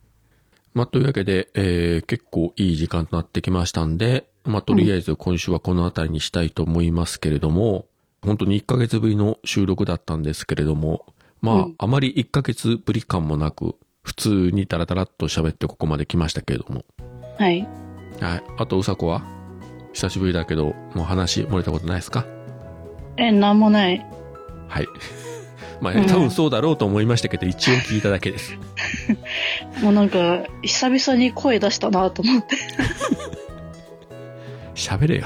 まあ、というわけで、えー結構いい時間となってきましたんで、まあ、とりあえず今週はこのあたりにしたいと思いますけれども、本当に1ヶ月ぶりの収録だったんですけれども、まあ、うんあまり1ヶ月ぶり感もなく、普通にダラダラっと喋ってここまで来ましたけれども。はい。はい。あと、うさこは久しぶりだけど、もう話漏れたことないですかえ、なんもない。はい。 (laughs) まあ、うん多分そうだろうと思いましたけど、一応聞いただけです。もうなんか、久々に声出したなと思って。喋 (laughs) れよ。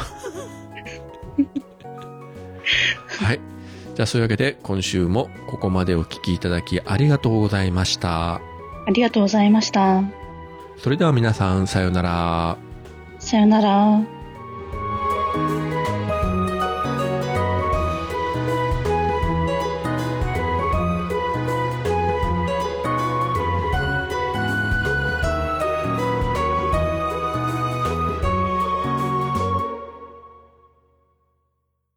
はい。じゃあ、そういうわけで、今週もここまでお聞きいただきありがとうございました。ありがとうございました。それでは皆さん、さようなら。さよなら。